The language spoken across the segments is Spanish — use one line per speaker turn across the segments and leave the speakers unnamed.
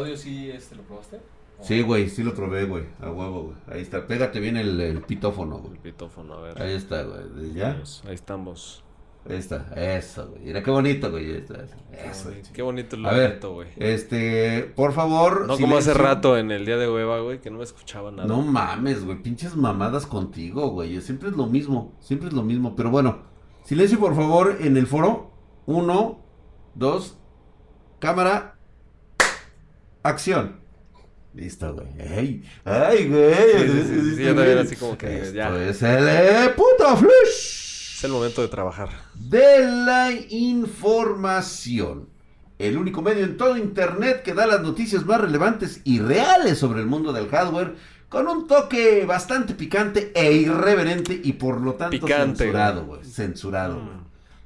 audio sí este, lo probaste?
Sí, güey, sí lo probé, güey. A huevo, güey. Ahí está. Pégate bien el, el pitófono,
El
güey.
pitófono, a ver.
Ahí está, güey. ¿Ya?
Vamos, Ahí estamos.
Ahí está. Eso, güey. Mira qué bonito, güey. Eso, Eso.
Qué bonito el
A ver.
objeto, güey.
Este, por favor.
No como hace
silencio.
rato en el día de hueva, güey, que no me escuchaba nada.
No mames, güey. Pinches mamadas contigo, güey. Siempre es lo mismo. Siempre es lo mismo. Pero bueno, silencio, por favor, en el foro. Uno, dos, cámara, acción. Listo, güey. ¡Ay, ay güey!
Sí, sí, sí, sí, yo también así como que,
Esto
ya.
es el eh, puto flush
Es el momento de trabajar.
de la información. El único medio en todo Internet que da las noticias más relevantes y reales sobre el mundo del hardware con un toque bastante picante e irreverente y por lo tanto
Picante,
censurado, güey. Censurado,
Mm.
güey.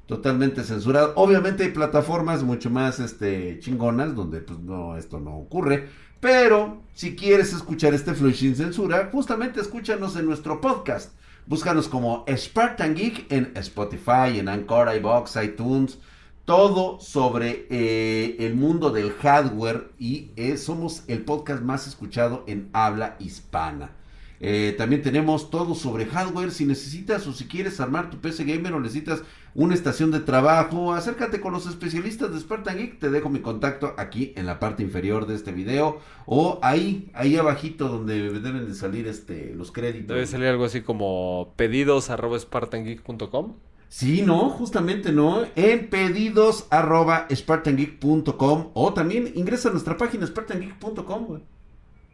Totalmente censurado. Obviamente hay plataformas mucho más este, chingonas donde pues no, esto no ocurre. Pero si quieres escuchar este Flush sin censura, justamente escúchanos en nuestro podcast. Búscanos como Spartan Geek en Spotify, en Anchor, iBox, iTunes. Todo sobre eh, el mundo del hardware y eh, somos el podcast más escuchado en habla hispana. Eh, también tenemos todo sobre hardware. Si necesitas o si quieres armar tu PC gamer o necesitas una estación de trabajo, acércate con los especialistas de Spartan Geek. Te dejo mi contacto aquí en la parte inferior de este video o ahí, ahí abajito donde deben de salir este, los créditos.
Debe salir algo así como pedidos arroba spartangeek.com.
Sí, no, justamente no. En pedidos arroba spartangeek.com o también ingresa a nuestra página spartangeek.com, güey.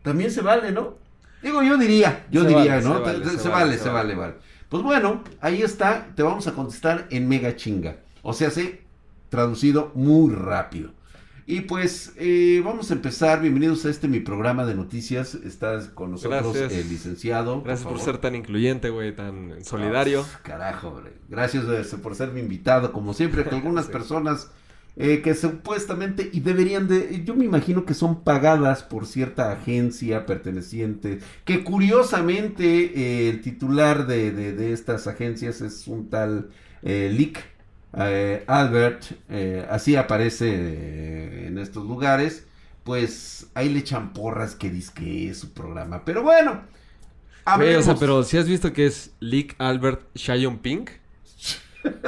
También se vale, ¿no? Digo, yo diría, yo
Se
diría,
vale,
¿no?
se
Te-
vale,
te- Se,
se
vale,
vale,
se
se
vale,
vale.
vale. Pues bueno, ahí está, te vamos a contestar en mega chinga. O sea, sí, traducido muy rápido. Y pues eh, vamos a empezar, bienvenidos a este mi programa de noticias. Estás con nosotros
Gracias.
el licenciado.
Gracias por
favor.
ser tan incluyente, güey, tan solidario.
Ah, Carajo, hombre. Gracias este, por ser mi invitado, como siempre, que algunas
Sí.
personas eh, que supuestamente y deberían de, eh, yo me imagino que son pagadas por cierta agencia perteneciente, que curiosamente eh, el titular de, de- de estas agencias es un tal eh, Lick eh, Albert, eh, así aparece eh, en estos lugares, pues ahí le echan porras que dice que es su programa, pero bueno.
Güey, o sea,
hablemos.
pero si has visto que es Lick Albert Shion Pink.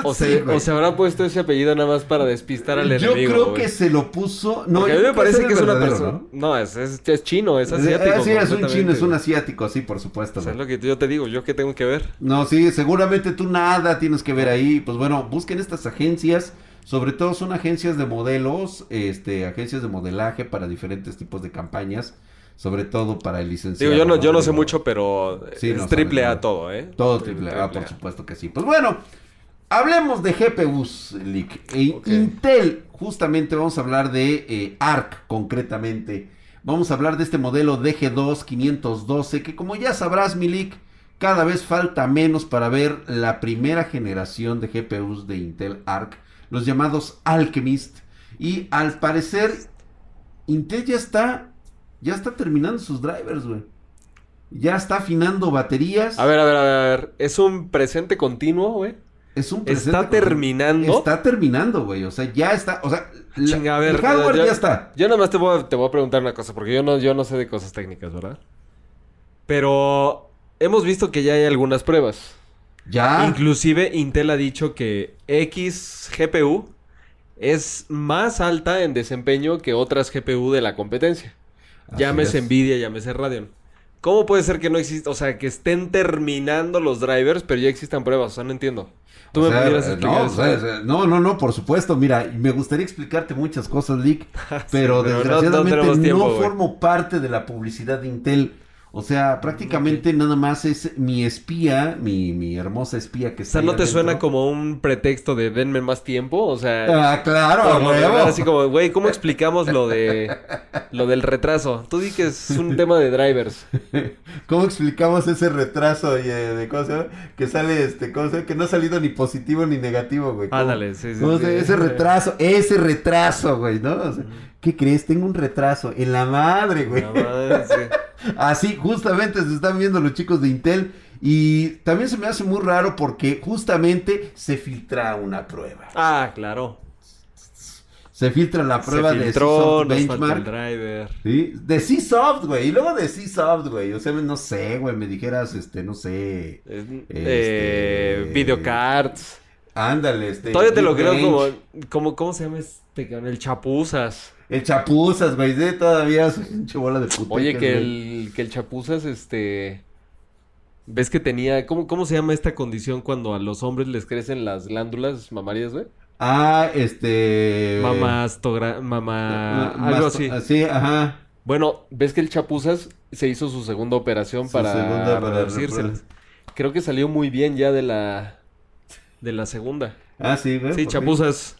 O,
Sí,
se,
güey.
o se habrá puesto ese apellido nada más para despistar al
Yo
enemigo.
creo
güey.
que se lo puso. No,
Porque a
yo
mí me
creo
parece
ese
que es
el
una
verdadero,
persona. No, es, es- es chino, es asiático.
Ah, sí, es un chino,
completamente,
es un
güey.
asiático, sí, por supuesto.
O sea, Pues es
güey.
lo que yo te digo, yo qué tengo que ver.
No, sí, seguramente tú nada tienes que ver ahí. Pues bueno, busquen estas agencias. Sobre todo son agencias de modelos, este, agencias de modelaje para diferentes tipos de campañas. Sobre todo para el licenciado.
Digo, yo no, yo no
Rodrigo.
sé mucho, pero
Sí,
es
no
triple
sabes,
A
¿no?
todo, ¿eh?
Todo
Tri-
triple A, por supuesto que sí. Pues bueno, hablemos de GPUs, Lick. E-
Ok.
Intel, justamente vamos a hablar de eh, ARC, concretamente. Vamos a hablar de este modelo DG2-512, que como ya sabrás, mi Lick, cada vez falta menos para ver la primera generación de GPUs de Intel ARC, los llamados Alchemist. Y al parecer, Intel ya está, ya está terminando sus drivers, güey. Ya está afinando baterías.
A ver, a ver, a ver, a ver. Es un presente continuo, güey.
Es un presente
Está
continuo.
terminando. Ah,
Está terminando, güey. O sea, ya está. O sea, la-
Chinga, a ver,
el hardware
yo-
ya está.
Yo nada más te voy, a, te voy a preguntar una cosa, porque yo no, yo no sé de cosas técnicas, ¿verdad? Pero hemos visto que ya hay algunas pruebas.
Ya.
Inclusive Intel ha dicho que X GPU es más alta en desempeño que otras GPU de la competencia.
Así
Llámese
es.
Nvidia, llámese Radeon. ¿Cómo puede ser que no exista, o sea, que estén terminando los drivers, pero ya existan pruebas? O sea, no entiendo. ¿Tú
O
me
sea,
pudieras
eh,
explicar
no,
eso?
o sea, eh, no, no, no, por supuesto. Mira, me gustaría explicarte muchas cosas, Lick. Pero
pero no- no
desgraciadamente no,
tenemos tiempo, güey.
formo parte de la publicidad de Intel. O sea, prácticamente nada más es mi espía, mi, mi hermosa espía que
O
está.
sea, ¿no
ahí
te
adentro.
suena como un pretexto de denme más tiempo? O sea,
Ah, claro,
por lo
a huevo.
regular, así como, güey, ¿cómo explicamos lo de lo del retraso? Tú di que es un tema de drivers.
¿Cómo explicamos ese retraso oye, de cosas que sale este cosa que no ha salido ni positivo ni negativo, güey? ¿Cómo-
Ándale, sí, sí.
cómo
sí.
se- ese retraso, ese retraso, güey, ¿no? O sea, ¿Qué crees? Tengo un retraso en la madre, güey.
La madre, sí.
Así justamente se están viendo los chicos de Intel y también se me hace muy raro porque justamente se filtra una prueba.
Ah, claro.
Se filtra la prueba
Se
de
filtró,
Seasoft
nos falta el
Benchmark.
driver.
¿Sí? De Seasoft, güey. Y luego de Seasoft, güey. O sea, no sé, güey. Me dijeras, este, no sé.
Es- eh, videocards.
Ándale, este.
Todavía te lo creo
Range.
como, como... ¿Cómo se llama este cabrón? El chapuzas.
El chapuzas, güey. De todavía es pinche bola de puta.
Oye, que el, que el chapuzas, este... ¿Ves que tenía... ¿Cómo, ¿Cómo se llama esta condición cuando a los hombres les crecen las glándulas mamarias, güey?
Ah, este.
Mamastogra... Mamá...
Ma-
algo
masto- ah,
así.
Sí, ajá.
Bueno, ¿ves que el chapuzas se hizo su segunda operación
Su
para
segunda para
reducírselas?
reproducir.
Creo que salió muy bien ya de la... De la segunda.
Ah, sí, güey. por
Sí,
fin.
chapuzas.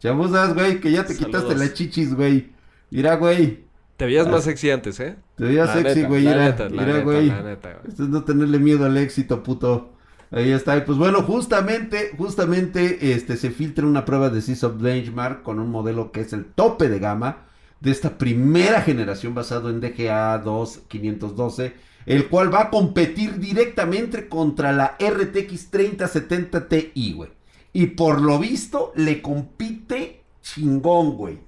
Chapuzas, güey, que ya te quitaste
Saludos.
las chichis, güey. Mira, güey.
Te veías
Ah.
más sexy antes, ¿eh?
Te veía
La
sexy,
neta,
güey.
la
Mira,
neta, la
mira,
neta,
güey.
la neta, güey.
Esto es no tenerle miedo al éxito, puto. Ahí está. Y pues bueno, justamente, justamente, este, se filtra una prueba de Seasoft Benchmark con un modelo que es el tope de gama de esta primera generación basado en DGA 2512, el cual va a competir directamente contra la RTX 3070 Ti, güey. Y por lo visto, le compite chingón, güey.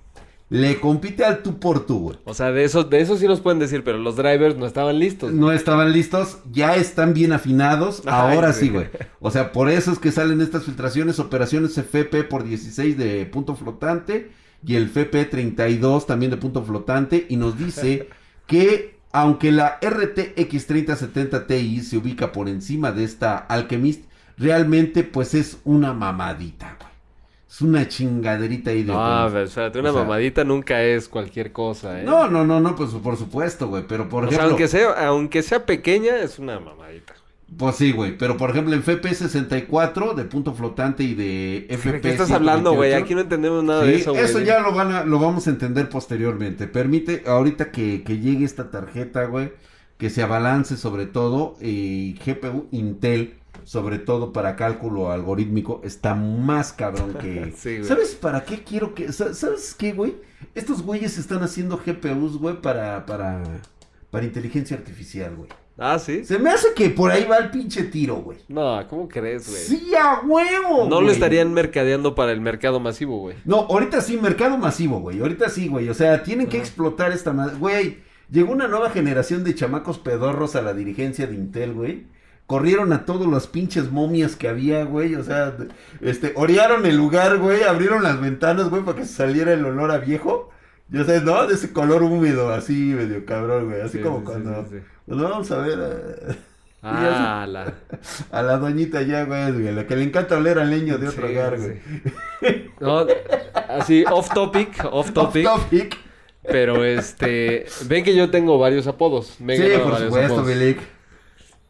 Le compite al tú por tú, güey.
O sea, de eso, de eso sí nos pueden decir, pero los drivers no estaban listos.
No estaban listos, ya están bien afinados.
Ay,
ahora
güey.
sí, güey. O sea, por eso es que salen estas filtraciones, operaciones FP por 16 de punto flotante y el FP 32 también de punto flotante. Y nos dice que aunque la RTX 3070 Ti se ubica por encima de esta Alchemist, realmente pues es una mamadita, güey. Es una chingaderita ahí de...
No, a ver, espérate, una
O sea-
mamadita nunca es cualquier cosa, ¿eh?
no, no, no, no, pues por supuesto, güey. Pero por
o sea,
ejemplo...
aunque sea, aunque sea pequeña, es una mamadita.
Pues sí, güey, pero por ejemplo en FP64 de punto flotante y de FP.
¿Qué estás hablando, güey?
128,
Aquí no entendemos nada de
sí,
eso, güey.
ya lo, van a- lo vamos a entender posteriormente. Permite, ahorita que, que llegue esta tarjeta, güey, que se abalance sobre todo y GPU Intel, sobre todo para cálculo algorítmico, está más cabrón que...
Sí, güey.
¿Sabes para qué quiero que... sa- ¿Sabes qué, güey? Estos güeyes están haciendo GPUs, güey, para, para, para inteligencia artificial, güey.
Ah, ¿sí?
Se me hace que por ahí va el pinche tiro, güey.
No, ¿cómo crees, güey?
Sí, a huevo.
no lo
güey.
estarían mercadeando para el mercado masivo, güey.
No, ahorita sí, mercado masivo, güey. Ahorita sí, güey. O sea, tienen que
Ajá.
explotar esta madre. Güey, llegó una nueva generación de chamacos pedorros a la dirigencia de Intel, güey. Corrieron a todos los pinches momias que había, güey. O sea, de- este, orearon el lugar, güey. Abrieron las ventanas, güey, para que saliera el olor a viejo. Ya sabes, ¿no? De ese color húmedo, así, medio cabrón, güey. Así
Sí,
como
sí, sí,
cuando.
sí, sí.
Pues vamos a ver. eh,
Ah, la...
A la doñita ya, güey, güey, la que le encanta oler al leño de otro
Sí,
hogar,
sí.
güey.
No, así, off topic, off topic.
Off topic.
Pero este, ven que yo tengo varios apodos. Me he
Sí,
ganado
por
varios
supuesto,
apodos.
Milik.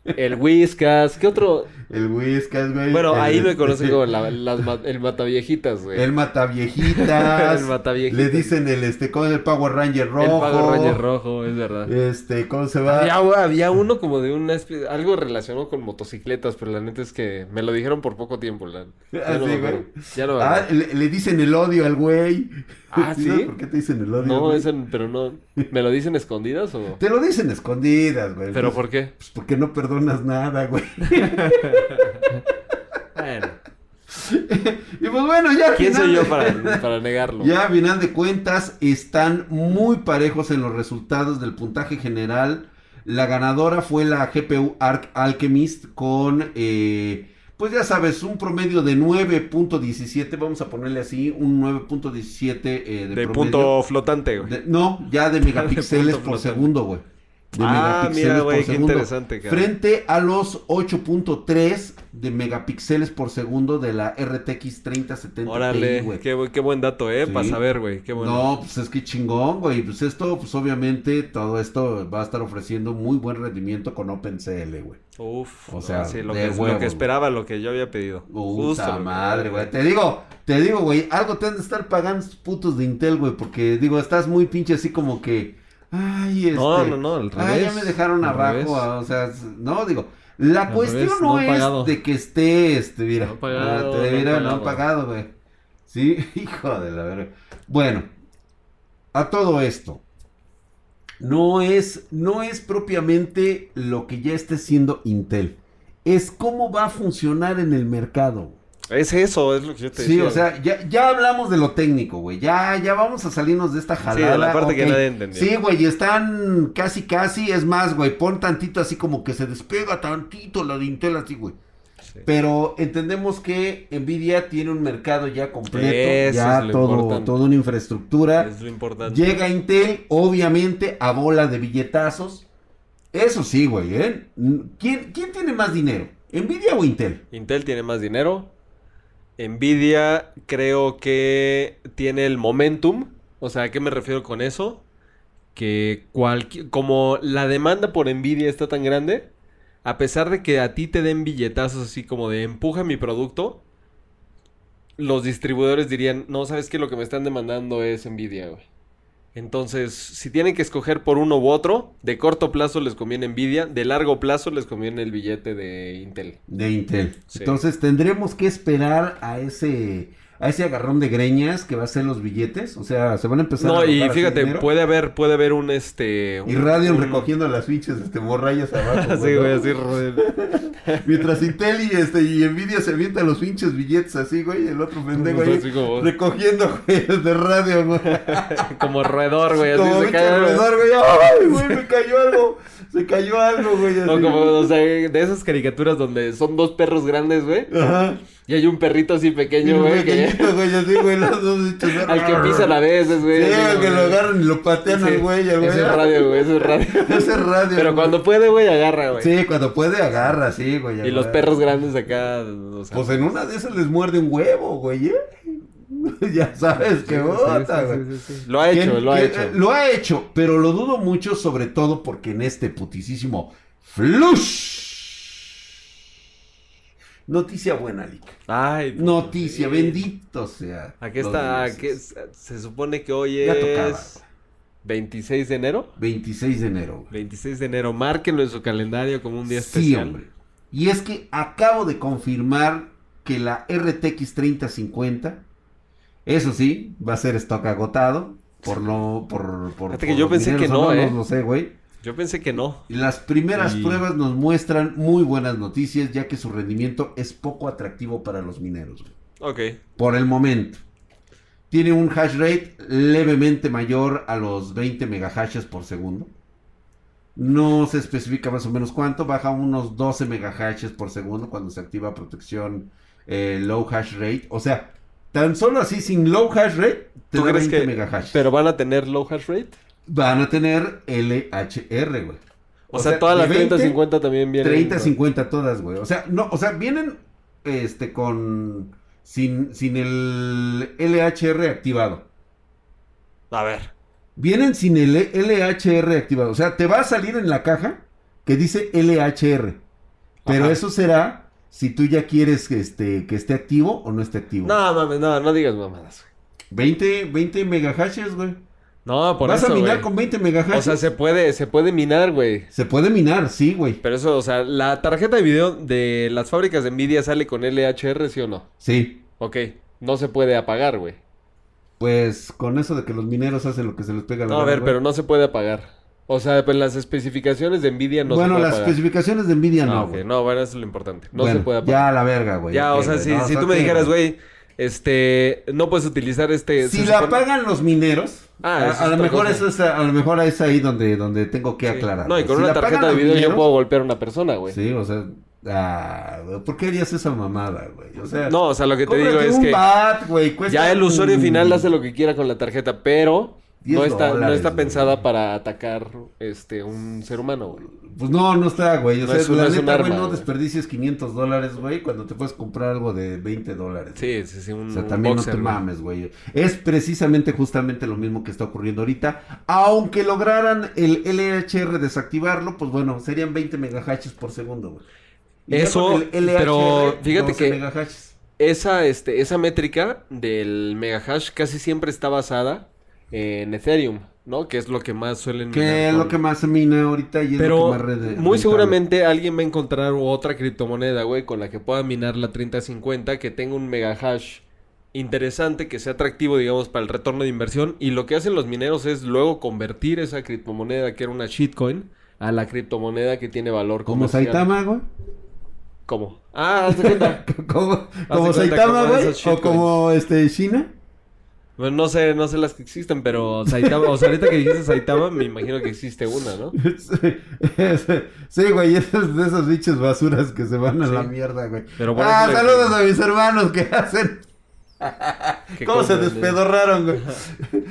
El Whiskas, ¿qué otro?
El Whiskas, güey.
Bueno,
el,
ahí me
este,
conocen como la- las ma- el Mataviejitas, güey.
El Mataviejitas.
El Mataviejitas.
Le dicen el, este, con el Power Ranger
El
rojo.
Power Ranger rojo, es verdad.
Este, ¿cómo se va?
Había, había uno como de una especie, algo relacionado con motocicletas, pero la neta es que me lo dijeron por poco tiempo, la.
Ah, sí,
Ya no me
güey.
acuerdo. Ya no me
Ah,
acuerdo.
le, le dicen el odio al güey.
Ah, ¿sí?
¿Sabes ¿Por qué te dicen el odio?
No,
güey?
ese, pero no. ¿Me lo dicen escondidas o?
Te lo dicen escondidas, güey.
¿Pero
Pues,
por qué?
pues, porque no perdonas nada, güey.
Bueno,
y pues bueno, ya. al
¿quién
final-
soy yo para, para negarlo?
Ya a final de cuentas están muy parejos en los resultados del puntaje general. La ganadora fue la GPU Arc Alchemist con, eh, pues ya sabes, un promedio de 9.17. Vamos a ponerle así, un 9.17 eh, de,
De
promedio.
punto flotante, güey.
De- no, ya de megapíxeles
punto
por
flotante.
segundo, güey. De
Ah,
megapíxeles
mira,
por
güey, qué
segundo.
interesante, cabrón.
Frente a los 8.3 de megapíxeles por segundo de la RTX 3070 Ti,
Órale,
güey.
qué, bu- qué buen dato, ¿eh?
Sí.
Para saber, güey, qué bueno.
No, pues es que chingón, güey. Pues esto, pues obviamente, todo esto va a estar ofreciendo muy buen rendimiento con OpenCL, güey.
Uf,
O
o
sea,
sea, sí, lo,
de
que, lo
huevos,
que
güey.
esperaba, lo que yo había pedido. Justo
Puta
lo que-
madre, güey. Te digo, te digo, güey. Algo te han de estar pagando estos putos de Intel, güey. Porque, digo, estás muy pinche así como que. Ay, este.
No, no, no, al
Ah,
revés.
ya me dejaron
al revés.
abajo, ah, o sea, s- no, digo, la
Al
cuestión
revés,
no,
no
es
pagado.
de que esté, este, mira,
No pagado,
ah, te-
no
mira, no han pagado,
pagado.
güey, sí, hijo de la verga, bueno, a todo esto, no es, no es propiamente lo que ya esté siendo Intel, es cómo va a funcionar en el mercado,
Es eso, es lo que yo te
Sí,
decía.
o sea, ya, ya hablamos de lo técnico, güey. Ya, ya vamos a salirnos de esta jalada.
de la parte que
ok.
nadie entendió.
Sí, güey, y están casi, casi. Es más, güey, pon tantito así como que se despega tantito la dintela así, güey.
Sí.
Pero entendemos que Nvidia tiene un mercado ya completo,
Eso
ya
es lo
todo,
importante.
toda una infraestructura.
es lo importante.
Llega Intel, obviamente, a bola de billetazos. Eso sí, güey, ¿eh? ¿Quién, quién tiene más dinero? ¿Nvidia o Intel?
Intel tiene más dinero. Nvidia creo que tiene el momentum. O sea, ¿a qué me refiero con eso? Que cualqui- como la demanda por Nvidia está tan grande, a pesar de que a ti te den billetazos así como de empuja mi producto, los distribuidores dirían, no, ¿sabes qué? Lo que me están demandando es Nvidia, güey. Entonces, si tienen que escoger por uno u otro, de corto plazo les conviene Nvidia, de largo plazo les conviene el billete de Intel.
De Intel.
Sí.
Entonces tendremos que esperar a ese, a ese agarrón de greñas que va a ser los billetes. O sea, se van a empezar a
No, y
rotar así
fíjate,
dinero.
puede haber, puede haber un este.
Y
un-
Radion
un-
recogiendo las fichas, este, morrayas abajo.
Sí,
¿no?
güey, así ro-
Mientras Intel y, este, y Nvidia se avientan los pinches billetes así, güey. El otro pendejo ahí
así como-
recogiendo, güey, el de radio, güey.
como roedor, güey. Así
Como
se
pinche
cae.
roedor, güey. Ay, güey, me cayó algo. Se cayó algo, güey.
No,
así.
como, o sea, de esas caricaturas donde son dos perros grandes, güey.
Ajá.
Y hay un perrito así pequeño,
Un
güey. que-
pequeñito, güey, así, güey, los dos hechos.
Al que pisan a veces,
Sí,
güey. así
al
como
que
de-
lo agarran y lo patean
Sí,
al güey, al güey.
Ese es radio, güey, ese es radio.
Ese es radio.
Pero
güey.
cuando puede, güey, agarra, güey.
Sí, cuando puede agarra, sí, güey.
Y los
agarra.
perros grandes acá, o sea,
Pues en una de esas les muerde un huevo, güey, ¿eh? ya sabes
sí,
qué
sí,
bota,
sí,
güey.
sí, sí, sí. Lo ha hecho,
Pues, ¿Quién-
lo ha
quién-
hecho.
eh, Lo ha hecho, pero lo dudo mucho, sobre todo porque en este putisísimo flush. Noticia buena, Lick.
Ay,
Noticia,
bendita.
bendito sea.
Aquí
Los
está,
dioses.
aquí es- se supone que hoy
Ya tocaba.
es 26 de enero.
26 de enero, güey.
26 de enero, márquenlo en su calendario como un día
Sí,
especial.
hombre. Y es que acabo de confirmar que la RTX 3050, eso sí, va a ser stock agotado. Por lo. Por, por,
Fíjate
por
que yo
los
pensé que
mineros
no,
anónimos,
¿eh?
lo sé, güey.
Yo pensé que no.
Y Las primeras
Y-
pruebas nos muestran muy buenas noticias, ya que su rendimiento es poco atractivo para los mineros, güey,
Ok.
por el momento. Tiene un hash rate levemente mayor a los 20 megahashes por segundo. No se especifica más o menos cuánto, baja unos 12 megahashes por segundo cuando se activa protección eh, low hash rate. O sea, tan solo así sin low hash rate, te
¿Tú
da
crees
20
que
megahashes.
pero van a tener low hash rate?
Van a tener LHR, güey.
O, sea, todas las
de 20,
30 50 también vienen
30,
con-
50 todas, güey. O sea, no, o sea, vienen este con sin sin el LHR activado.
A ver.
Vienen sin el LHR activado, o sea, te va a salir en la caja que dice LHR. Pero
Ajá.
eso será si tú ya quieres que este que esté activo o no esté activo.
No, mames, no, no digas mamadas. güey.
20 20 megahashes, güey.
No, por
Vas
eso,
a minar
güey.
con 20 megahashes.
O sea, se puede, se puede minar, güey.
se puede minar, sí, güey.
Pero eso, o sea, la tarjeta de video de las fábricas de Nvidia sale con LHR, ¿sí o no?
Sí.
Ok, no se puede apagar, güey.
Pues con eso de que los mineros hacen lo que se les pega
No, a
gana,
ver,
güey.
pero no se puede apagar. O sea, pues las especificaciones de Nvidia no
bueno,
se puede
las
apagar.
especificaciones de Nvidia
Ah,
no,
ok,
güey.
no, bueno, eso es lo importante. No
Bueno,
se puede apagar.
Ya a la verga,
Ya,
güey.
o
Ok,
sea,
güey,
si,
no,
si
o
tú
sea,
me
¿qué,
dijeras, güey, este, no puedes utilizar este...
Si
se
la
supone-
pagan los mineros,
Ah,
a-
eso es
a, lo
otra
mejor
cosa.
eso es, a lo mejor es ahí donde, donde tengo que
Sí.
aclarar.
No, y
güey.
con
Si
una
la pagan
tarjeta de
los
video yo
mineros,
puedo golpear a una persona, güey.
Sí, o sea, ah, güey, ¿por qué harías esa mamada, güey? O sea,
No, o sea, lo que te
cómprate
digo es
un
que
bat, güey, cuesta
ya el usuario
un-
final hace lo que quiera con la tarjeta, pero
10
no está, no
dólares,
está
güey.
pensada para atacar este un ser humano, güey.
Pues no, no está, güey. O
No
sea,
es un-
la
no es un
neta, güey,
arma,
no
güey.
desperdicies 500 dólares, güey, cuando te puedes comprar algo de 20 dólares.
Sí, sí, sí, un,
O sea,
un
también
boxer,
no te
güey.
mames, güey. Es precisamente justamente lo mismo que está ocurriendo ahorita. Aunque lograran el LHR desactivarlo, pues bueno, serían 20 megahashes por segundo, güey. Y ya
Eso,
con el LHR,
pero fíjate
12
que-
megahashes.
Esa, este, esa métrica del mega hash casi siempre está basada en Ethereum, ¿no? Que es lo que más suelen
Que
minar
es
Mm, con-
lo que más se mina ahorita y es lo
Pero
que más rede- rentable.
muy seguramente alguien va a encontrar otra criptomoneda, güey, con la que pueda minar la 3050, que tenga un mega hash interesante, que sea atractivo, digamos, para el retorno de inversión. Y lo que hacen los mineros es luego convertir esa criptomoneda, que era una shitcoin, a la criptomoneda que tiene valor
Como
comercial.
Saitama, güey.
¿Cómo? Ah, hazte cuenta.
como
cuenta
como Saitama,
como
güey,
esos
o
shitcoins.
como este China.
Bueno, no sé, no sé las que existen, pero Saitama, o sea, ahorita que dijiste Saitama, me imagino que existe una, ¿no?
sí, güey, esas de esas bichos basuras que se van a la
Sí.
mierda, güey.
Pero por
Ah,
eso le-
saludos a mis hermanos que hacen.
que
¿Cómo se
compran el-
despedorraron, güey?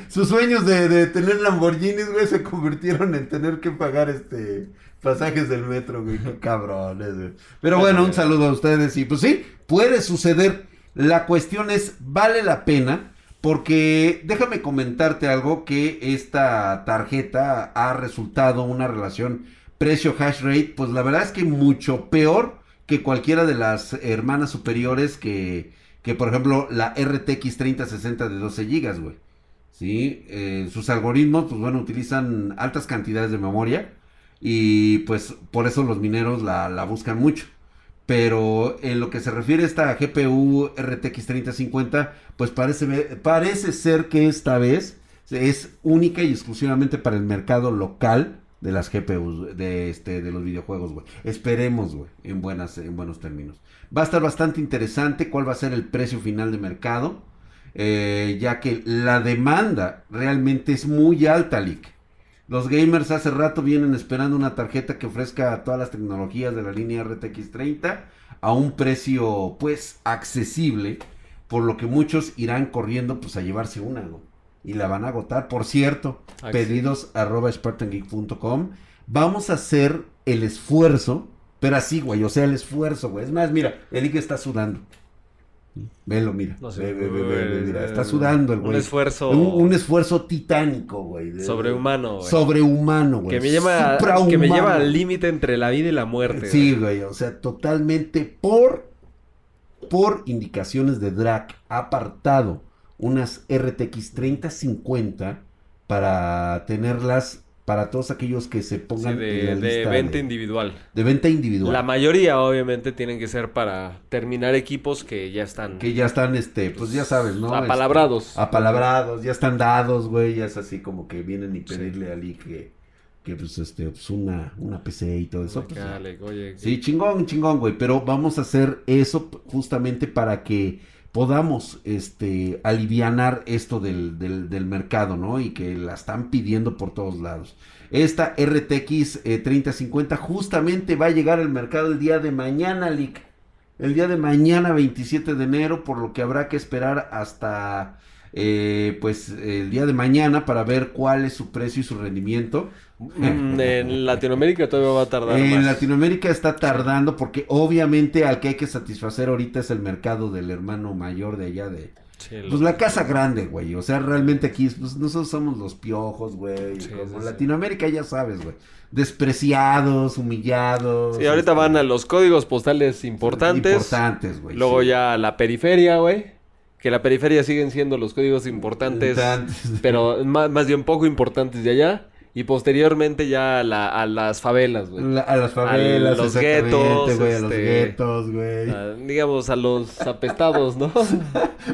Sus sueños de, de tener Lamborghinis, güey, se convirtieron en tener que pagar este pasajes del metro, güey. Qué cabrones, güey. Pero bueno, un saludo a ustedes. Y pues sí, puede suceder. La cuestión es, ¿vale la pena? Porque déjame comentarte algo que esta tarjeta ha resultado una relación precio hash rate, pues la verdad es que mucho peor que cualquiera de las hermanas superiores que, que por ejemplo la RTX 3060 de 12 GB, güey. ¿Sí? Eh, sus algoritmos, pues bueno, utilizan altas cantidades de memoria y pues por eso los mineros la, la buscan mucho. Pero en lo que se refiere a esta GPU RTX 3050, pues parece, ve- parece ser que esta vez es única y exclusivamente para el mercado local de las GPUs, de, este, de los videojuegos, güey. Esperemos, güey, en, buenas, en buenos términos. Va a estar bastante interesante cuál va a ser el precio final de mercado, eh, ya que la demanda realmente es muy alta, Lick. Los gamers hace rato vienen esperando una tarjeta que ofrezca todas las tecnologías de la línea RTX 30 a un precio, pues, accesible, por lo que muchos irán corriendo, pues, a llevarse una, güey. Y la van a agotar, por cierto
Ah, sí.
pedidos arroba spartangeek.com. Vamos a hacer el esfuerzo, pero así, güey, o sea, el esfuerzo, güey. Es más, mira, el Ike está sudando. Velo, mira.
No
Ve,
sé.
ve, ve, ve, ve, mira,
Eh,
Está sudando el güey.
Un esfuerzo
Un, un esfuerzo titánico, güey. de-
sobrehumano, güey.
Sobrehumano, güey.
que me lleva que me
Suprahumano.
lleva al límite entre la vida y la muerte.
Sí,
güey.
güey, o sea, totalmente por por indicaciones de Drac apartado unas RTX 3050 para tenerlas para todos aquellos que se
Sí,
pongan en la
de, de
lista
venta
de-
individual.
de venta individual.
La mayoría, obviamente, tienen que ser para terminar equipos que ya están
Que ya están, este, pues ya sabes, ¿no? Este,
apalabrados.
apalabrados, ya están dados, güey, ya es así como que vienen y pedirle a Lee que, que pues, este, pues una, una PC y todo eso.
Acá,
pues,
Alec, oye,
Sí, chingón, chingón, güey. Pero vamos a hacer eso p- justamente para que podamos este, alivianar esto del, del, del mercado, ¿no? Y que la están pidiendo por todos lados. Esta RTX eh, 3050 justamente va a llegar al mercado el día de mañana, Lick. El día de mañana, 27 de enero, por lo que habrá que esperar hasta eh, pues el día de mañana para ver cuál es su precio y su rendimiento.
Mm, en Latinoamérica todavía va a tardar
En
más.
Latinoamérica está tardando porque obviamente al que hay que satisfacer ahorita es el mercado del hermano mayor de allá de...
Sí, lo-
Pues la casa grande, güey. O sea, realmente aquí pues, nosotros somos los piojos, güey.
Sí,
Como
sí, sí.
Latinoamérica ya sabes, güey. Despreciados, humillados.
Sí,
este,
ahorita van a los códigos postales importantes.
Importantes, güey.
luego
sí.
ya a la periferia, güey. Que la periferia siguen siendo los códigos importantes.
Importantes.
Pero más, más bien poco importantes de allá. Y posteriormente ya a, la- a las favelas, güey.
La- a las favelas,
los
exactamente,
guetos,
güey. A los
este, ah.
guetos, güey.
A- digamos a los apestados, ¿no?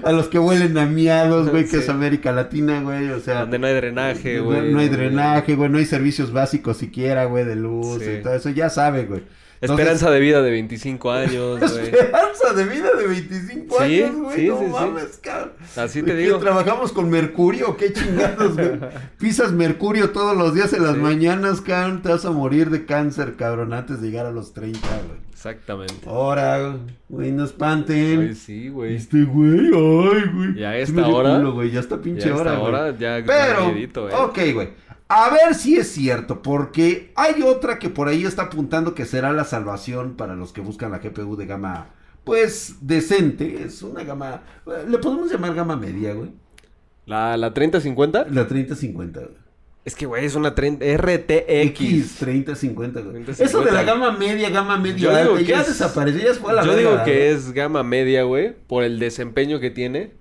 A los que huelen a miados, güey, que
Sí.
es América Latina, güey. O sea,
Donde no hay drenaje,
No-
güey.
No, hay drenaje, güey, no hay servicios básicos siquiera, güey, de luz
Sí.
y todo eso, ya sabe, güey.
Esperanza de vida de 25 años, güey.
Esperanza de vida de 25
Sí,
años, güey,
sí,
no
sí, sí.
mames, cabrón.
Así
¿De
te
qué
digo.
¿Trabajamos con mercurio? ¿Qué chingados, güey? Pisas mercurio todos los días en las
Sí.
mañanas, cabrón, te vas a morir de cáncer, cabrón, antes de llegar a los 30, güey.
Exactamente.
Ahora, güey, no
Güey,
espanten.
sí, güey.
Este güey, ay, güey.
Ya a
Sí
esta
me dio
hora,
culo, güey, ya está pinche
Ya
hora,
hasta
güey.
ahora ya
Pero, oh.
da miedito, eh.
ok, güey. A ver si es cierto, porque hay otra que por ahí está apuntando que será la salvación para los que buscan la GPU de gama, pues, decente. Es una gama, le podemos llamar gama media, güey.
La, la 3050.
La 3050, güey.
Es que, güey, es una 30 RTX.
X 3050, güey.
30,
Eso de la
50.
gama media, gama
Yo
media
digo
alta,
que
ya
es-
desapareció, ya se fue a la
Yo
verga,
digo
güey.
que es gama media, güey, por el desempeño que tiene.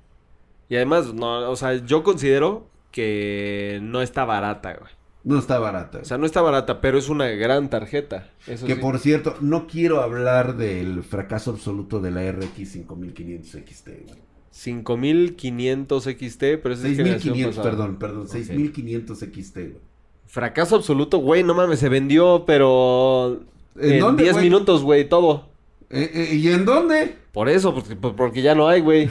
Y además, no, o sea, yo considero que no está barata, güey.
No está barata.
O sea, no está barata, pero es una gran tarjeta. Eso
que
sí.
por cierto, no quiero hablar del fracaso absoluto de la RX 5500 XT, güey.
5500 XT, pero esa es generación
6500,
pasada.
perdón, perdón,
Ok.
6500 XT, güey.
Fracaso absoluto, güey, no mames, se vendió, pero
¿En
en
dónde,
10
güey?
minutos, güey, todo.
Eh, eh, ¿Y en dónde?
Por eso, porque, porque ya no hay, güey.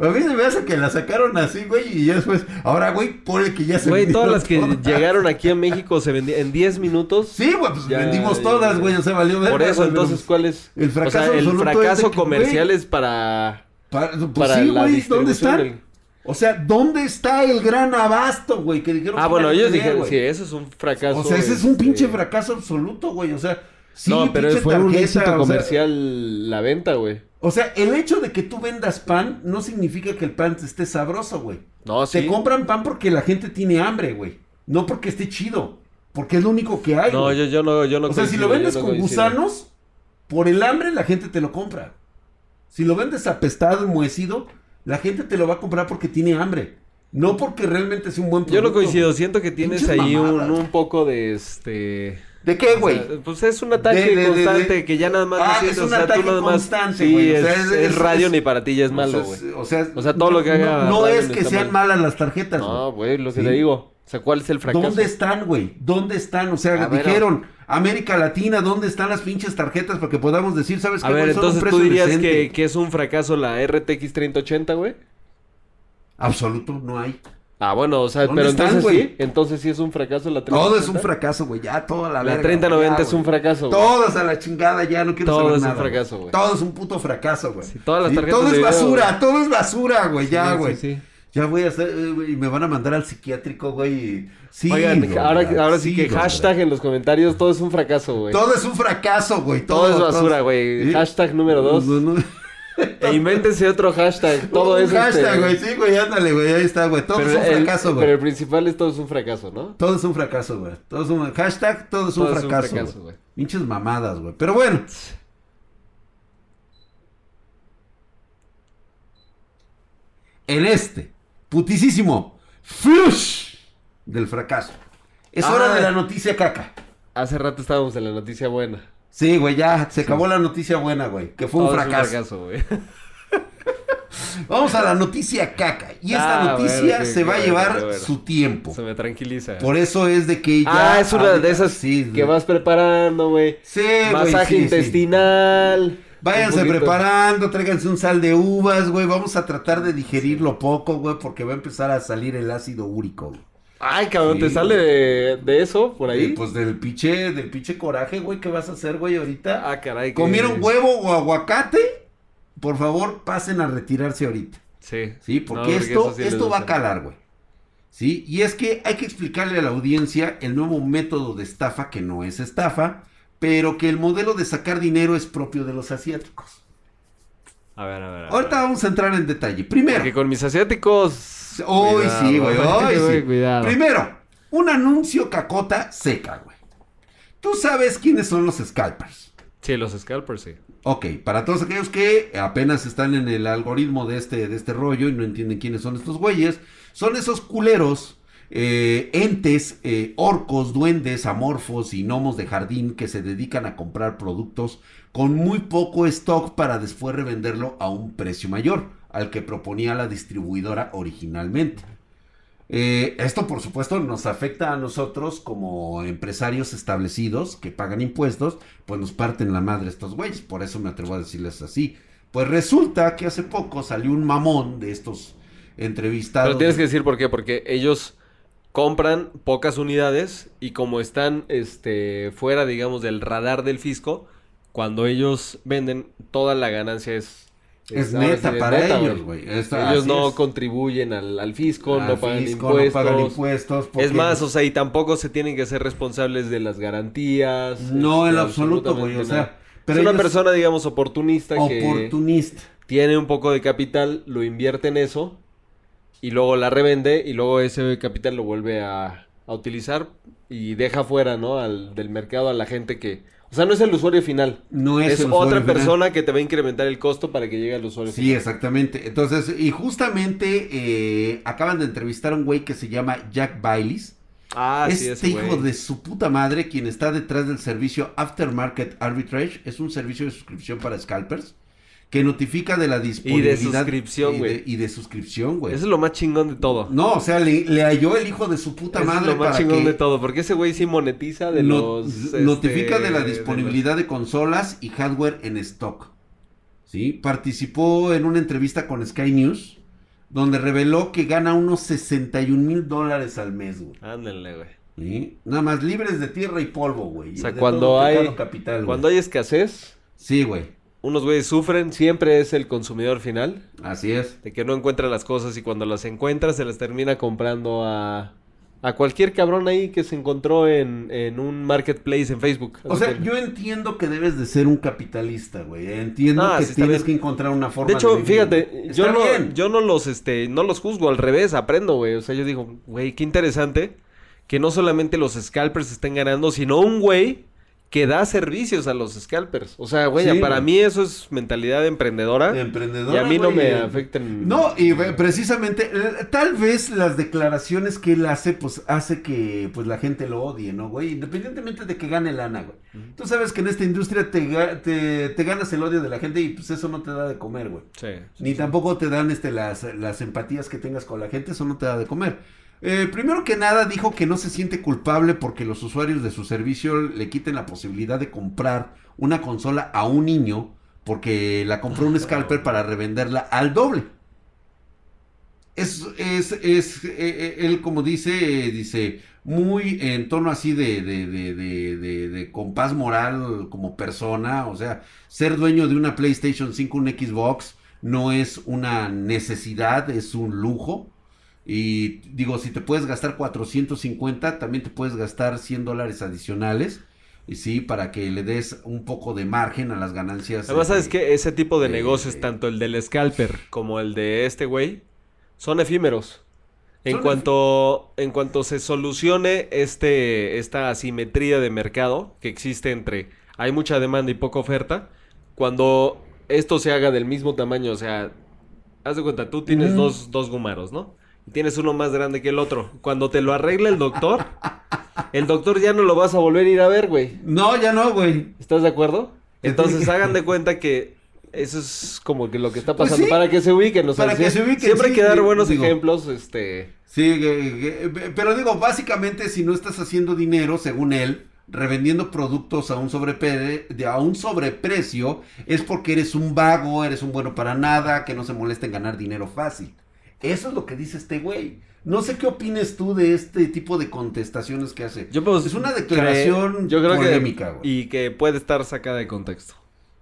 A mí se me hace que la sacaron así, güey, y ya después, ahora, güey, ponle que ya se
Güey, todas
vendieron
las que llegaron aquí a México se vendían en 10 minutos.
Sí, güey, pues
Ya,
vendimos
ya,
todas,
ya.
güey, o sea, valió
Por
verga,
eso,
güey,
entonces,
pero- pues,
¿cuál es?
el fracaso
o sea, el
absoluto es de
fracaso
que,
comercial es para,
Para- pues
para
sí,
la
güey, ¿dónde
distribución
están?
del-
O sea, ¿dónde está el gran abasto, güey? Que dijeron
Ah,
que
bueno,
iban a
ellos
tener,
dijeron,
güey.
sí, eso es un fracaso.
O sea, ese es un
este,
pinche fracaso absoluto, güey. O sea, sí,
no, pero
pinche
fue un
tarjeta, o
éxito
sea,
comercial la venta, güey.
O sea, el hecho de que tú vendas pan no significa que el pan esté sabroso, güey.
No, sí.
Se compran pan porque la gente tiene hambre, güey. No porque esté chido. Porque es lo único que hay.
No,
güey.
yo, yo no, yo no
o sea, si
coincido,
lo
yo
vendes
no
con
coincido.
gusanos, por el hambre la gente te lo compra. Si lo vendes apestado, enmohecido, la gente te lo va a comprar porque tiene hambre. No porque realmente sea un buen
Yo
producto.
no coincido, siento que tienes
Pinches
ahí un,
mamadas.
un poco de este...
¿De qué,
o
güey?
sea, pues es un ataque
De- de- de-
constante
de-
que ya nada más...
Ah,
lo
es
siento,
un ataque
nada
constante,
sí,
güey, o
es,
sea, es-
es
es-
radio
es-
ni para ti ya es malo,
O
güey.
sea, o sea,
O sea, todo lo que haga
No, no
Biden
es que
está
sean
mal.
malas las tarjetas.
No,
güey.
güey, lo que
Sí.
te digo. O sea, ¿cuál es el fracaso?
¿Dónde están, güey? ¿Dónde están? O sea,
A ver,
dijeron, América Latina, ¿dónde están las pinches tarjetas para que podamos decir, ¿sabes
A
qué?
ver,
güey? Son un
entonces tú
precio
dirías que,
decente.
que es un fracaso la RTX 3080, güey.
Absoluto, no hay.
Ah, bueno, o sea,
¿Dónde
pero
están,
entonces
güey?
sí, entonces sí es un fracaso la 3080.
Todo es un fracaso, güey. Ya toda la
La
verga,
3090
ya,
es un
güey.
fracaso. güey.
Todas a la chingada, ya no quiero
Todo
saber
es un
nada,
fracaso, güey.
Todo es un puto fracaso, güey.
Sí, todas las
Sí,
tarjetas
Todo
de
es
video,
basura,
güey.
todo es basura, güey. Ya,
Sí,
güey.
sí, sí.
Ya voy a hacer, eh, güey, y me van a mandar al psiquiátrico, güey. y- Sí,
Oigan,
güey,
ahora, ahora sí, que
güey.
hashtag en los comentarios, todo es un fracaso, güey.
Todo es un fracaso, güey.
Todo es basura, güey.
¿Sí?
Hashtag número dos.
No, no.
E invéntense otro hashtag. Todo
Un
es este,
hashtag, güey. Sí, güey, ándale, güey. Ahí está, güey. Todo
pero
es un
el-
fracaso, güey.
Pero el principal es todo es un fracaso, ¿no?
Todo es un fracaso, güey. Todo es un hashtag, todo es un
Todo es un
fracaso.
fracaso,
güey.
güey.
Pinches mamadas, güey. Pero bueno. En este, putisísimo flush del fracaso. Es
Ah.
hora de la noticia caca.
Hace rato estábamos en la noticia buena.
Sí, güey, ya se acabó la noticia buena, güey. Que fue un
Todo es
fracaso.
güey.
Vamos a la noticia caca. Y esta
Ah,
noticia
bueno, qué-
se va a
qué
llevar
bueno, qué bueno.
su tiempo.
Se me tranquiliza.
Por eso es de que ya.
Ah, es una
ahorita-
de esas
Sí,
que
güey.
vas preparando, güey.
Sí, güey,
Masaje
sí, sí.
intestinal.
Váyanse
Un poquito.
preparando, tráiganse un sal de uvas, güey. Vamos a tratar de digerirlo poco, güey, porque va a empezar a salir el ácido úrico. güey.
Ay, cabrón, ¿te
Sí,
sale de, de eso por ahí?
Eh, pues del pinche, del pinche coraje, güey, ¿qué vas a hacer, güey, ahorita?
ah, caray. que-
¿Comieron huevo o aguacate? Por favor, pasen a retirarse ahorita.
Sí.
Sí,
No,
porque esto,
eso sí
esto
les
va a
hace.
calar, güey. Sí, y es que hay que explicarle a la audiencia el nuevo método de estafa, que no es estafa, pero que el modelo de sacar dinero es propio de los asiáticos.
A ver, a ver. a ver.
Ahorita vamos a entrar en detalle. Primero,
Porque con mis asiáticos.
Hoy sí, güey, hoy sí.
Cuidado.
Primero, un anuncio cacota seca, güey. Tú sabes quiénes son los scalpers.
Sí, los scalpers, sí.
Ok, para todos aquellos que apenas están en el algoritmo de este, de este rollo y no entienden quiénes son estos güeyes, son esos culeros, eh, entes, eh, orcos, duendes, amorfos y gnomos de jardín que se dedican a comprar productos con muy poco stock para después revenderlo a un precio mayor al que proponía la distribuidora originalmente. Eh, esto, por supuesto, nos afecta a nosotros como empresarios establecidos que pagan impuestos, pues nos parten la madre estos güeyes. Por eso me atrevo a decirles así. Pues resulta que hace poco salió un mamón de estos entrevistados.
Pero tienes que decir por qué. Porque ellos compran pocas unidades y como están este, fuera, digamos, del radar del fisco, cuando ellos venden, toda la ganancia es.
Es
ahora
neta
sí, es
para
neta,
ellos, güey. Esto-
Ellos
así
no
es.
contribuyen al, al fisco,
Al
no pagan
fisco,
impuestos.
no pagan impuestos, porque-
Es más, o sea, y tampoco se tienen que ser responsables de las garantías.
No,
este,
en lo absoluto,
absolutamente
güey. O
nada.
sea, pero
es una
ellos-
persona, digamos, oportunista que
oportunista.
tiene un poco de capital, lo invierte en eso y luego la revende y luego ese capital lo vuelve a, a utilizar y deja fuera, ¿no? Al, del mercado a la gente que... O sea, no es el usuario final.
No es,
Es,
el usuario
otra
final.
persona que te va a incrementar el costo para que llegue al usuario
Sí,
final.
exactamente. Entonces, y justamente eh, acaban de entrevistar a un güey que se llama Jack Baileys.
Ah, sí,
este
ese
hijo
güey.
de su puta madre, quien está detrás del servicio Aftermarket Arbitrage, es un servicio de suscripción para scalpers que notifica de la disponibilidad.
suscripción,
y de-
güey.
Y de suscripción, güey.
Eso es lo más chingón de todo.
No, o sea, le, le halló el hijo de su puta
Eso
madre
es lo más
para
chingón
que
de todo, porque ese güey sí monetiza de
no-
los...
notifica
este,
de la
los-
disponibilidad de consolas y hardware en stock. ¿Sí? Participó en una entrevista con Sky News, donde reveló que gana unos 61 mil dólares al mes, güey.
Ándale, güey.
¿Sí? Nada más libres de tierra y polvo, güey.
O sea,
De
cuando
todo
hay-
pecado capital, güey.
Cuando hay escasez,
Sí, güey.
unos güeyes sufren, siempre es el consumidor final.
Así es.
De que no encuentra las cosas y cuando las encuentra se las termina comprando a, a cualquier cabrón ahí que se encontró en, en un marketplace en Facebook.
O sea, yo entiendo que debes de ser un capitalista, güey. Entiendo
Ah,
que
sí, está
tienes
bien.
que encontrar una forma
De hecho,
vivir.
fíjate, yo
Está
no,
bien.
yo no los este, no los juzgo, al revés, aprendo, güey. O sea, yo digo, güey, qué interesante que no solamente los scalpers estén ganando, sino un güey que da servicios a los scalpers. O sea, güey,
Sí,
para
güey.
mí eso es mentalidad emprendedora.
Emprendedor.
¿Ah? y a mí no me afecten.
No, y ve, precisamente, eh, tal vez las declaraciones que él hace, pues hace que pues la gente lo odie, ¿no, güey? Independientemente de que gane lana, güey.
Ujú.
Tú sabes que en esta industria te, ga- te, te ganas el odio de la gente y pues eso no te da de comer, güey.
Sí.
Ni tampoco te dan este, las, las empatías que tengas con la gente, eso no te da de comer. Eh, primero que nada, dijo que no se siente culpable porque los usuarios de su servicio le quiten la posibilidad de comprar una consola a un niño porque la compró
Ah,
un scalper para revenderla al doble. Es, es, es, eh, eh, él como dice, eh, dice, muy en tono así de, de, de, de, de- de compás moral como persona, o sea, ser dueño de una PlayStation 5, un Xbox, no es una necesidad, es un lujo. Y digo, si te puedes gastar 450, también te puedes gastar 100 dólares adicionales, y sí, para que le des un poco de margen a las ganancias.
Además, ¿sabes
eh,
que Ese tipo de
eh,
negocios, tanto el del scalper como el de este güey, son efímeros. En
Son
cuanto, en cuanto se solucione este, esta asimetría de mercado que existe entre hay mucha demanda y poca oferta, cuando esto se haga del mismo tamaño, o sea, haz de cuenta, tú tienes
Ujú.
dos, dos gumaros, ¿no? Y tienes uno más grande que el otro. Cuando te lo arregla el doctor, el doctor ya no lo vas a volver a ir a ver, güey.
No, ya no, güey.
¿Estás de acuerdo?
Que
Entonces
tiene que-
hagan de cuenta que eso es como que lo que está
Pues
pasando
sí.
para que se ubiquen, o sea,
Para que se ubiquen,
siempre hay
sí,
que dar
digo-
buenos
digo.
ejemplos, este,
Sí, que- que- pero digo, básicamente si no estás haciendo dinero, según él, revendiendo productos a un, sobrepre- de- a un sobreprecio, es porque eres un vago, eres un bueno para nada, que no se molesta en ganar dinero fácil. Eso es lo que dice este güey. No sé qué opines tú de este tipo de contestaciones que hace.
yo pues,
es una declaración
cre- yo creo
polémica,
que
güey.
y que puede estar sacada de contexto.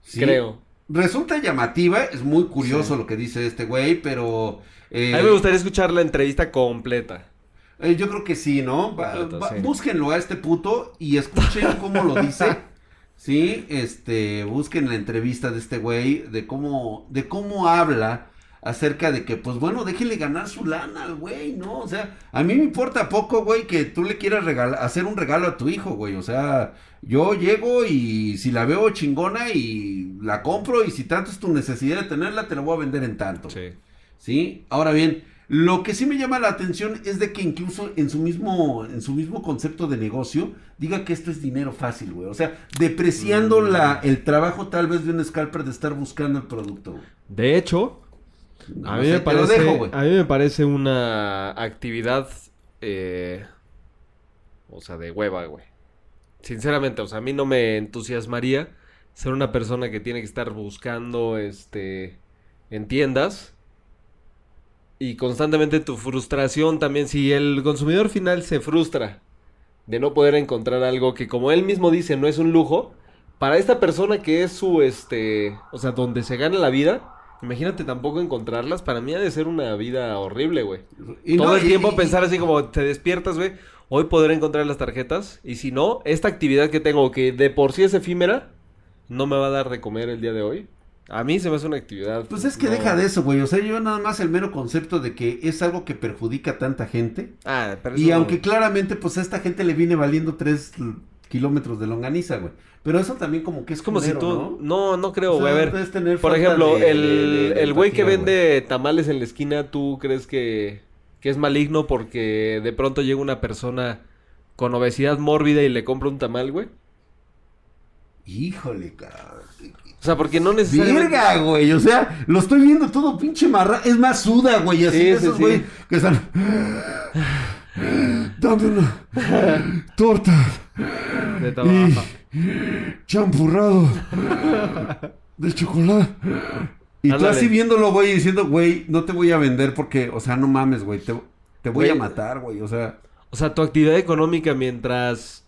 Sí.
Creo.
Resulta llamativa, es muy curioso
Sí.
lo que dice este güey, pero... eh,
A mí me gustaría escuchar la entrevista completa.
Eh, yo creo que sí, ¿no? Va-
Completo,
va-
sí.
Búsquenlo a este puto y escuchen cómo lo dice. Sí, este, busquen la entrevista de este güey, de cómo, de cómo habla acerca de que, pues bueno, déjenle ganar su lana al güey, ¿no? O sea, a mí me importa poco, güey, que tú le quieras regalar, hacer un regalo a tu hijo, güey. O sea, yo llego y si la veo chingona y la compro y si tanto es tu necesidad de tenerla, te la voy a vender en tanto.
Sí.
¿Sí? Ahora bien, lo que sí me llama la atención es de que incluso en su mismo, en su mismo concepto de negocio, diga que esto es dinero fácil, güey. O sea, depreciando
Mm.
la, el trabajo tal vez de un scalper de estar buscando el producto. güey.
De hecho,
No
a mí
sé,
me
te
parece
lo dejo, güey.
a mí me parece una actividad eh, o sea, de hueva, güey. Sinceramente, o sea, a mí no me entusiasmaría ser una persona que tiene que estar buscando este en tiendas y constantemente tu frustración también si el consumidor final se frustra de no poder encontrar algo que como él mismo dice no es un lujo para esta persona que es su este, o sea, donde se gana la vida, imagínate tampoco encontrarlas, para mí ha de ser una vida horrible, güey.
Y
Todo
no,
el
y-
tiempo
y-
pensar así como te despiertas, güey. Hoy podré encontrar las tarjetas. Y si no, esta actividad que tengo, que de por sí es efímera, no me va a dar de comer el día de hoy. A mí se me hace una actividad.
Pues es que
no-
deja de eso, güey. O sea, yo nada más el mero concepto de que es algo que perjudica a tanta gente.
Ah, pero
Y
eso-
aunque claramente, pues a esta gente le viene valiendo tres l- kilómetros de longaniza, güey. Pero eso también como que es
Es como si
culero, ¿no?
tú. No, no, creo,
O sea,
güey. A ver.
puedes tener
Por
falta
ejemplo,
de- de-
el,
de
el güey que
empatía,
vende tamales en la esquina, ¿tú crees que, que es maligno porque de pronto llega una persona con obesidad mórbida y le compra un tamal, güey?
Híjole, cabrón.
O sea, porque no necesariamente...
Verga, güey. O sea, lo estoy viendo todo pinche marra. Es más suda, güey. Así
Sí,
de
sí,
esos,
sí.
güey, que están. Dame una torta
De
y
trabajo.
champurrado de chocolate. Y tú
Ándale.
así viéndolo, güey, y diciendo, güey, no te voy a vender porque, o sea, no mames, güey, te, te voy a
Güey.
matar, güey. O sea,
O sea, tu actividad económica mientras...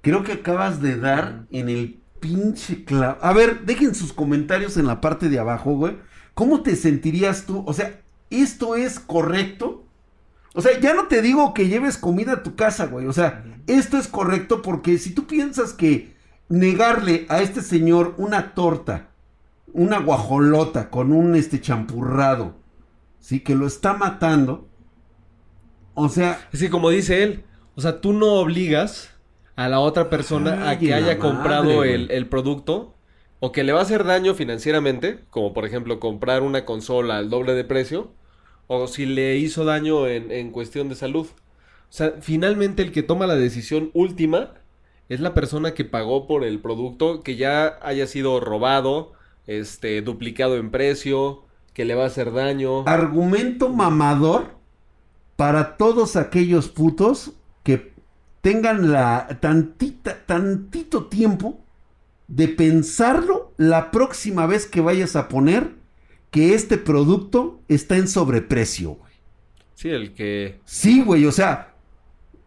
Creo que acabas de dar en el pinche clavo. A ver, dejen sus comentarios en la parte de abajo, güey. ¿Cómo te sentirías tú? O sea, ¿esto es correcto? O sea, ya no te digo que lleves comida a tu casa, güey. O sea, esto es correcto porque si tú piensas que negarle a este señor una torta, una guajolota con un este champurrado, sí, que lo está matando. O sea,
Es que como dice él, o sea, tú no obligas a la otra persona a
Ay,
que
la
haya
madre,
comprado
güey.
el, el producto o que le va a hacer daño financieramente, como por ejemplo comprar una consola al doble de precio, o si le hizo daño en, en cuestión de salud. O sea, finalmente el que toma la decisión última es la persona que pagó por el producto que ya haya sido robado, este, duplicado en precio, que le va a hacer daño.
Ah. argumento mamador para todos aquellos putos que tengan la tantita, tantito tiempo de pensarlo la próxima vez que vayas a poner que este producto está en sobreprecio. güey.
Sí, el que...
Sí, güey, o sea,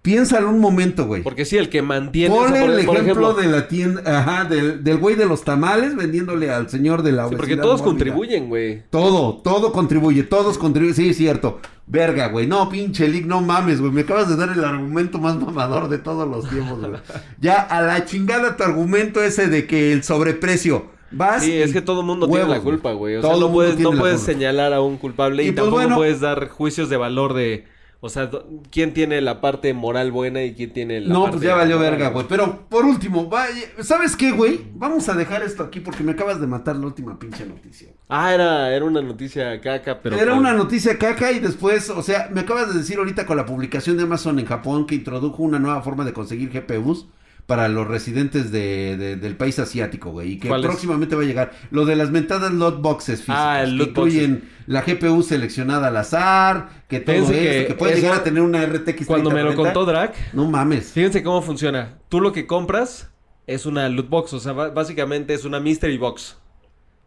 piénsalo un momento, güey.
Porque sí, el que mantiene... o
Ponle
sea, por-
el
por
ejemplo,
ejemplo,
de la tienda, ajá, del, del güey de los tamales vendiéndole al señor de la
Sí, porque
obesidad
todos
mórbida.
contribuyen, güey.
Todo, todo contribuye, todos contribuyen. Sí, es cierto. Verga, güey. No, pinche Lick, no mames, güey. Me acabas de dar el argumento más mamador de todos los tiempos, güey. Ya a la chingada tu argumento ese de que el sobreprecio. Vas.
Sí,
y-
es que todo el mundo tiene la
Ah, huevos, güey.
culpa, güey. O
Todo
sea, no
mundo
puedes,
tiene
no
la
puedes
culpa.
señalar a un culpable y,
Y pues,
tampoco
bueno.
puedes dar juicios de valor de. O sea, do- quién tiene la parte moral buena y quién tiene la
No,
parte.
pues ya valió verga, güey. Pero por último, vaya- ¿sabes qué, güey? Vamos a dejar esto aquí porque me acabas de matar la última pinche noticia.
Ah, era, era una noticia caca, pero.
Era
con-
una noticia caca y después, o sea, me acabas de decir ahorita con la publicación de Amazon en Japón que introdujo una nueva forma de conseguir GPUs para los residentes de, de- del país asiático, güey, y que
¿Cuál es?
próximamente va a llegar. Lo de las mentadas lot boxes físicas,
Ah, el
que
loot
incluyen la GPU seleccionada al azar, que todo
Fíjense
esto,
que
que, puede
eso-
llegar a tener una RTX
Cuando me lo
3040.
contó Drac,
No mames.
fíjense cómo funciona. Tú lo que compras es una loot box, o sea, ba- básicamente es una mystery box.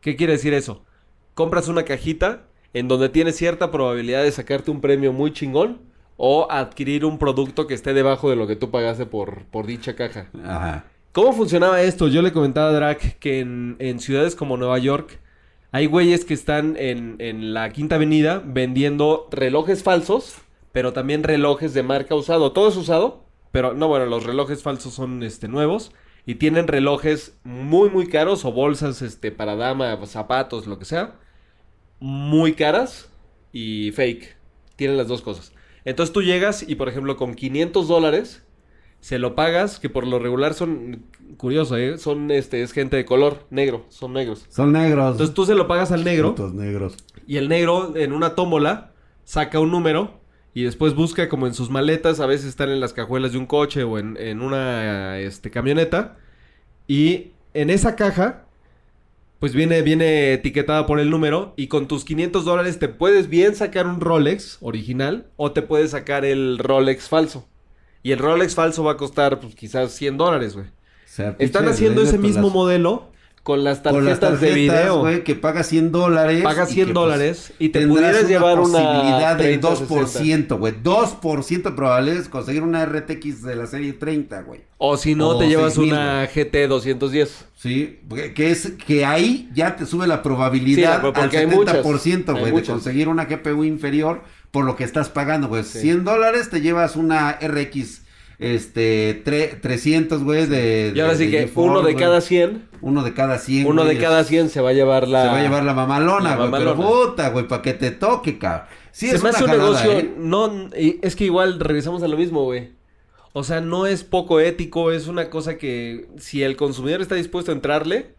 ¿Qué quiere decir eso? Compras una cajita en donde tienes cierta probabilidad de sacarte un premio muy chingón o adquirir un producto que esté debajo de lo que tú pagaste por, por dicha caja.
Ajá.
¿Cómo funcionaba esto? Yo le comentaba a Drac que en, en ciudades como Nueva York hay güeyes que están en, en la Quinta Avenida vendiendo relojes falsos, pero también relojes de marca usado. Todo es usado, pero no, bueno, los relojes falsos son este, nuevos y tienen relojes muy, muy caros o bolsas este, para dama, zapatos, lo que sea. Muy caras y fake. Tienen las dos cosas. Entonces tú llegas y, por ejemplo, con 500 dólares se lo pagas, que por lo regular son, curioso, ¿eh? Son, este, es gente de color, negro, son negros.
Son negros.
Entonces tú se lo pagas al negro
Putos negros.
y el negro en una tómbola saca un número y después busca como en sus maletas, a veces están en las cajuelas de un coche o en, en una, este, camioneta. Y en esa caja, pues viene, viene etiquetada por el número y con tus 500 dólares te puedes bien sacar un Rolex original o te puedes sacar el Rolex falso. Y el Rolex falso va a costar pues, quizás 100 dólares, güey.
O sea,
Están
pinches
haciendo ese
negros,
mismo
las-
modelo con las tarjetas,
con las
de video.
güey, que paga 100 dólares.
Pagas
y
100
que, pues,
dólares y te
tendrás
pudieras llevar una
posibilidad del
30, 60.
2%, güey. 2% de probabilidades de conseguir una RTX de la serie 30, güey.
O si no,
O
te llevas
6,000,
una GT 210.
Sí, porque- que es que ahí ya te sube la
Sí,
probabilidad
güey,
al
porque hay
70%,
muchas, hay
güey, de
muchas.
conseguir una GPU inferior por lo que estás pagando, güey.
Sí.
100 dólares te llevas una RX este tre- 300, güey, de
Y ahora
de-
sí
de
que
GeForce,
uno de
güey.
cada 100,
uno de cada 100,
uno de
güey,
cada 100 se va a llevar la...
se va a llevar la mamalona,
la
güey, pero
mamalona.
puta, güey, para que te toque, cabrón. Sí,
se
es
me
una
hace un
jalada,
negocio...
¿eh?
No, y es que igual regresamos a lo mismo, güey. O sea, no es poco ético, es una cosa que si el consumidor está dispuesto a entrarle,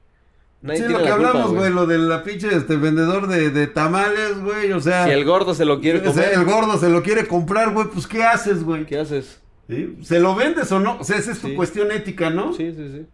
nadie
Sí,
tiene
lo que
la culpa,
hablamos,
güey.
güey, lo de la pinche este vendedor de, de tamales, güey, o sea,
Si el gordo se lo quiere
o sea,
comer,
el gordo se lo quiere comprar, güey, pues ¿qué haces, güey?
¿qué haces?
¿Sí? ¿Se lo vendes o no? O sea, esa es tu
Sí.
cuestión ética, ¿no?
Sí, sí, sí.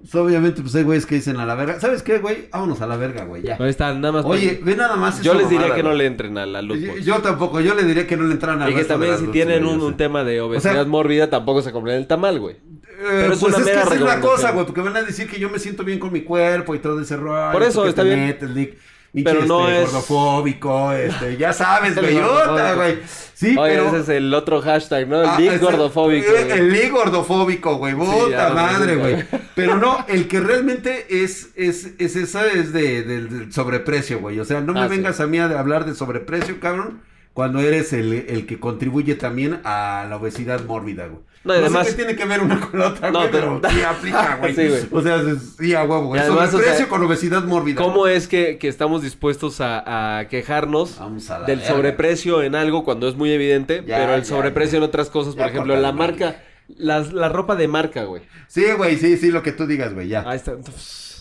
Pues, obviamente, pues hay güeyes que dicen a la verga. ¿Sabes qué, güey? Vámonos a la verga, güey, ya.
Ahí está, nada más.
Oye, ve nada más.
yo
esa
les diría
mamada,
que no
güey.
le entren a la luz.
Yo, yo tampoco, yo le diría que no le entraran al
y que
resto de
también
las
si
dos, eh.
tienen
güey,
un,
yo
un
sé.
tema de obesidad
sea-
mórbida, tampoco se compran el tamal, güey.
Eh,
Pero es
pues
una
es que esa
mera
es la
recomendación.
cosa, güey, porque van a decir que yo me siento bien con mi cuerpo y todo ese rollo.
Por eso,
que
está
te
bien.
metes, Nick, y
Pero
que,
no
este,
es-
gordofóbico, este, ya sabes,
El
güey,
gordofóbico.
otra, güey. Sí,
Oye,
pero
ese es el otro hashtag, ¿no? El
Ah,
link
ese-
gordofóbico.
eh,
güey.
El link gordofóbico, güey.
ya
Puta
lo
madre,
necesito.
güey. Pero no, el que realmente es, es, es esa es de, del- del sobreprecio, güey. O sea, no me
Ah, sí.
vengas a mí a hablar de sobreprecio, cabrón. Cuando eres el, el que contribuye también a la obesidad mórbida, güey. No,
No, y
además.
además-
sé qué tiene que ver una con la otra,
No,
güey,
pero-
pero, sí aplica, güey.
Sí, güey.
O sea, es- sí, a huevo,
Y
güey.
además, o
Sobreprecio
sea,
con obesidad mórbida.
¿Cómo
güey.
es que, que estamos dispuestos a, a quejarnos
Vamos a la
del
verga.
sobreprecio en algo cuando es muy evidente,
Ya,
pero el
ya,
sobreprecio
ya.
en otras cosas,
Ya,
por ejemplo,
corta
la
la
marca, las- la ropa de marca, güey.
Sí, güey, sí, sí, lo que tú digas, güey, ya.
Ahí está. Entonces,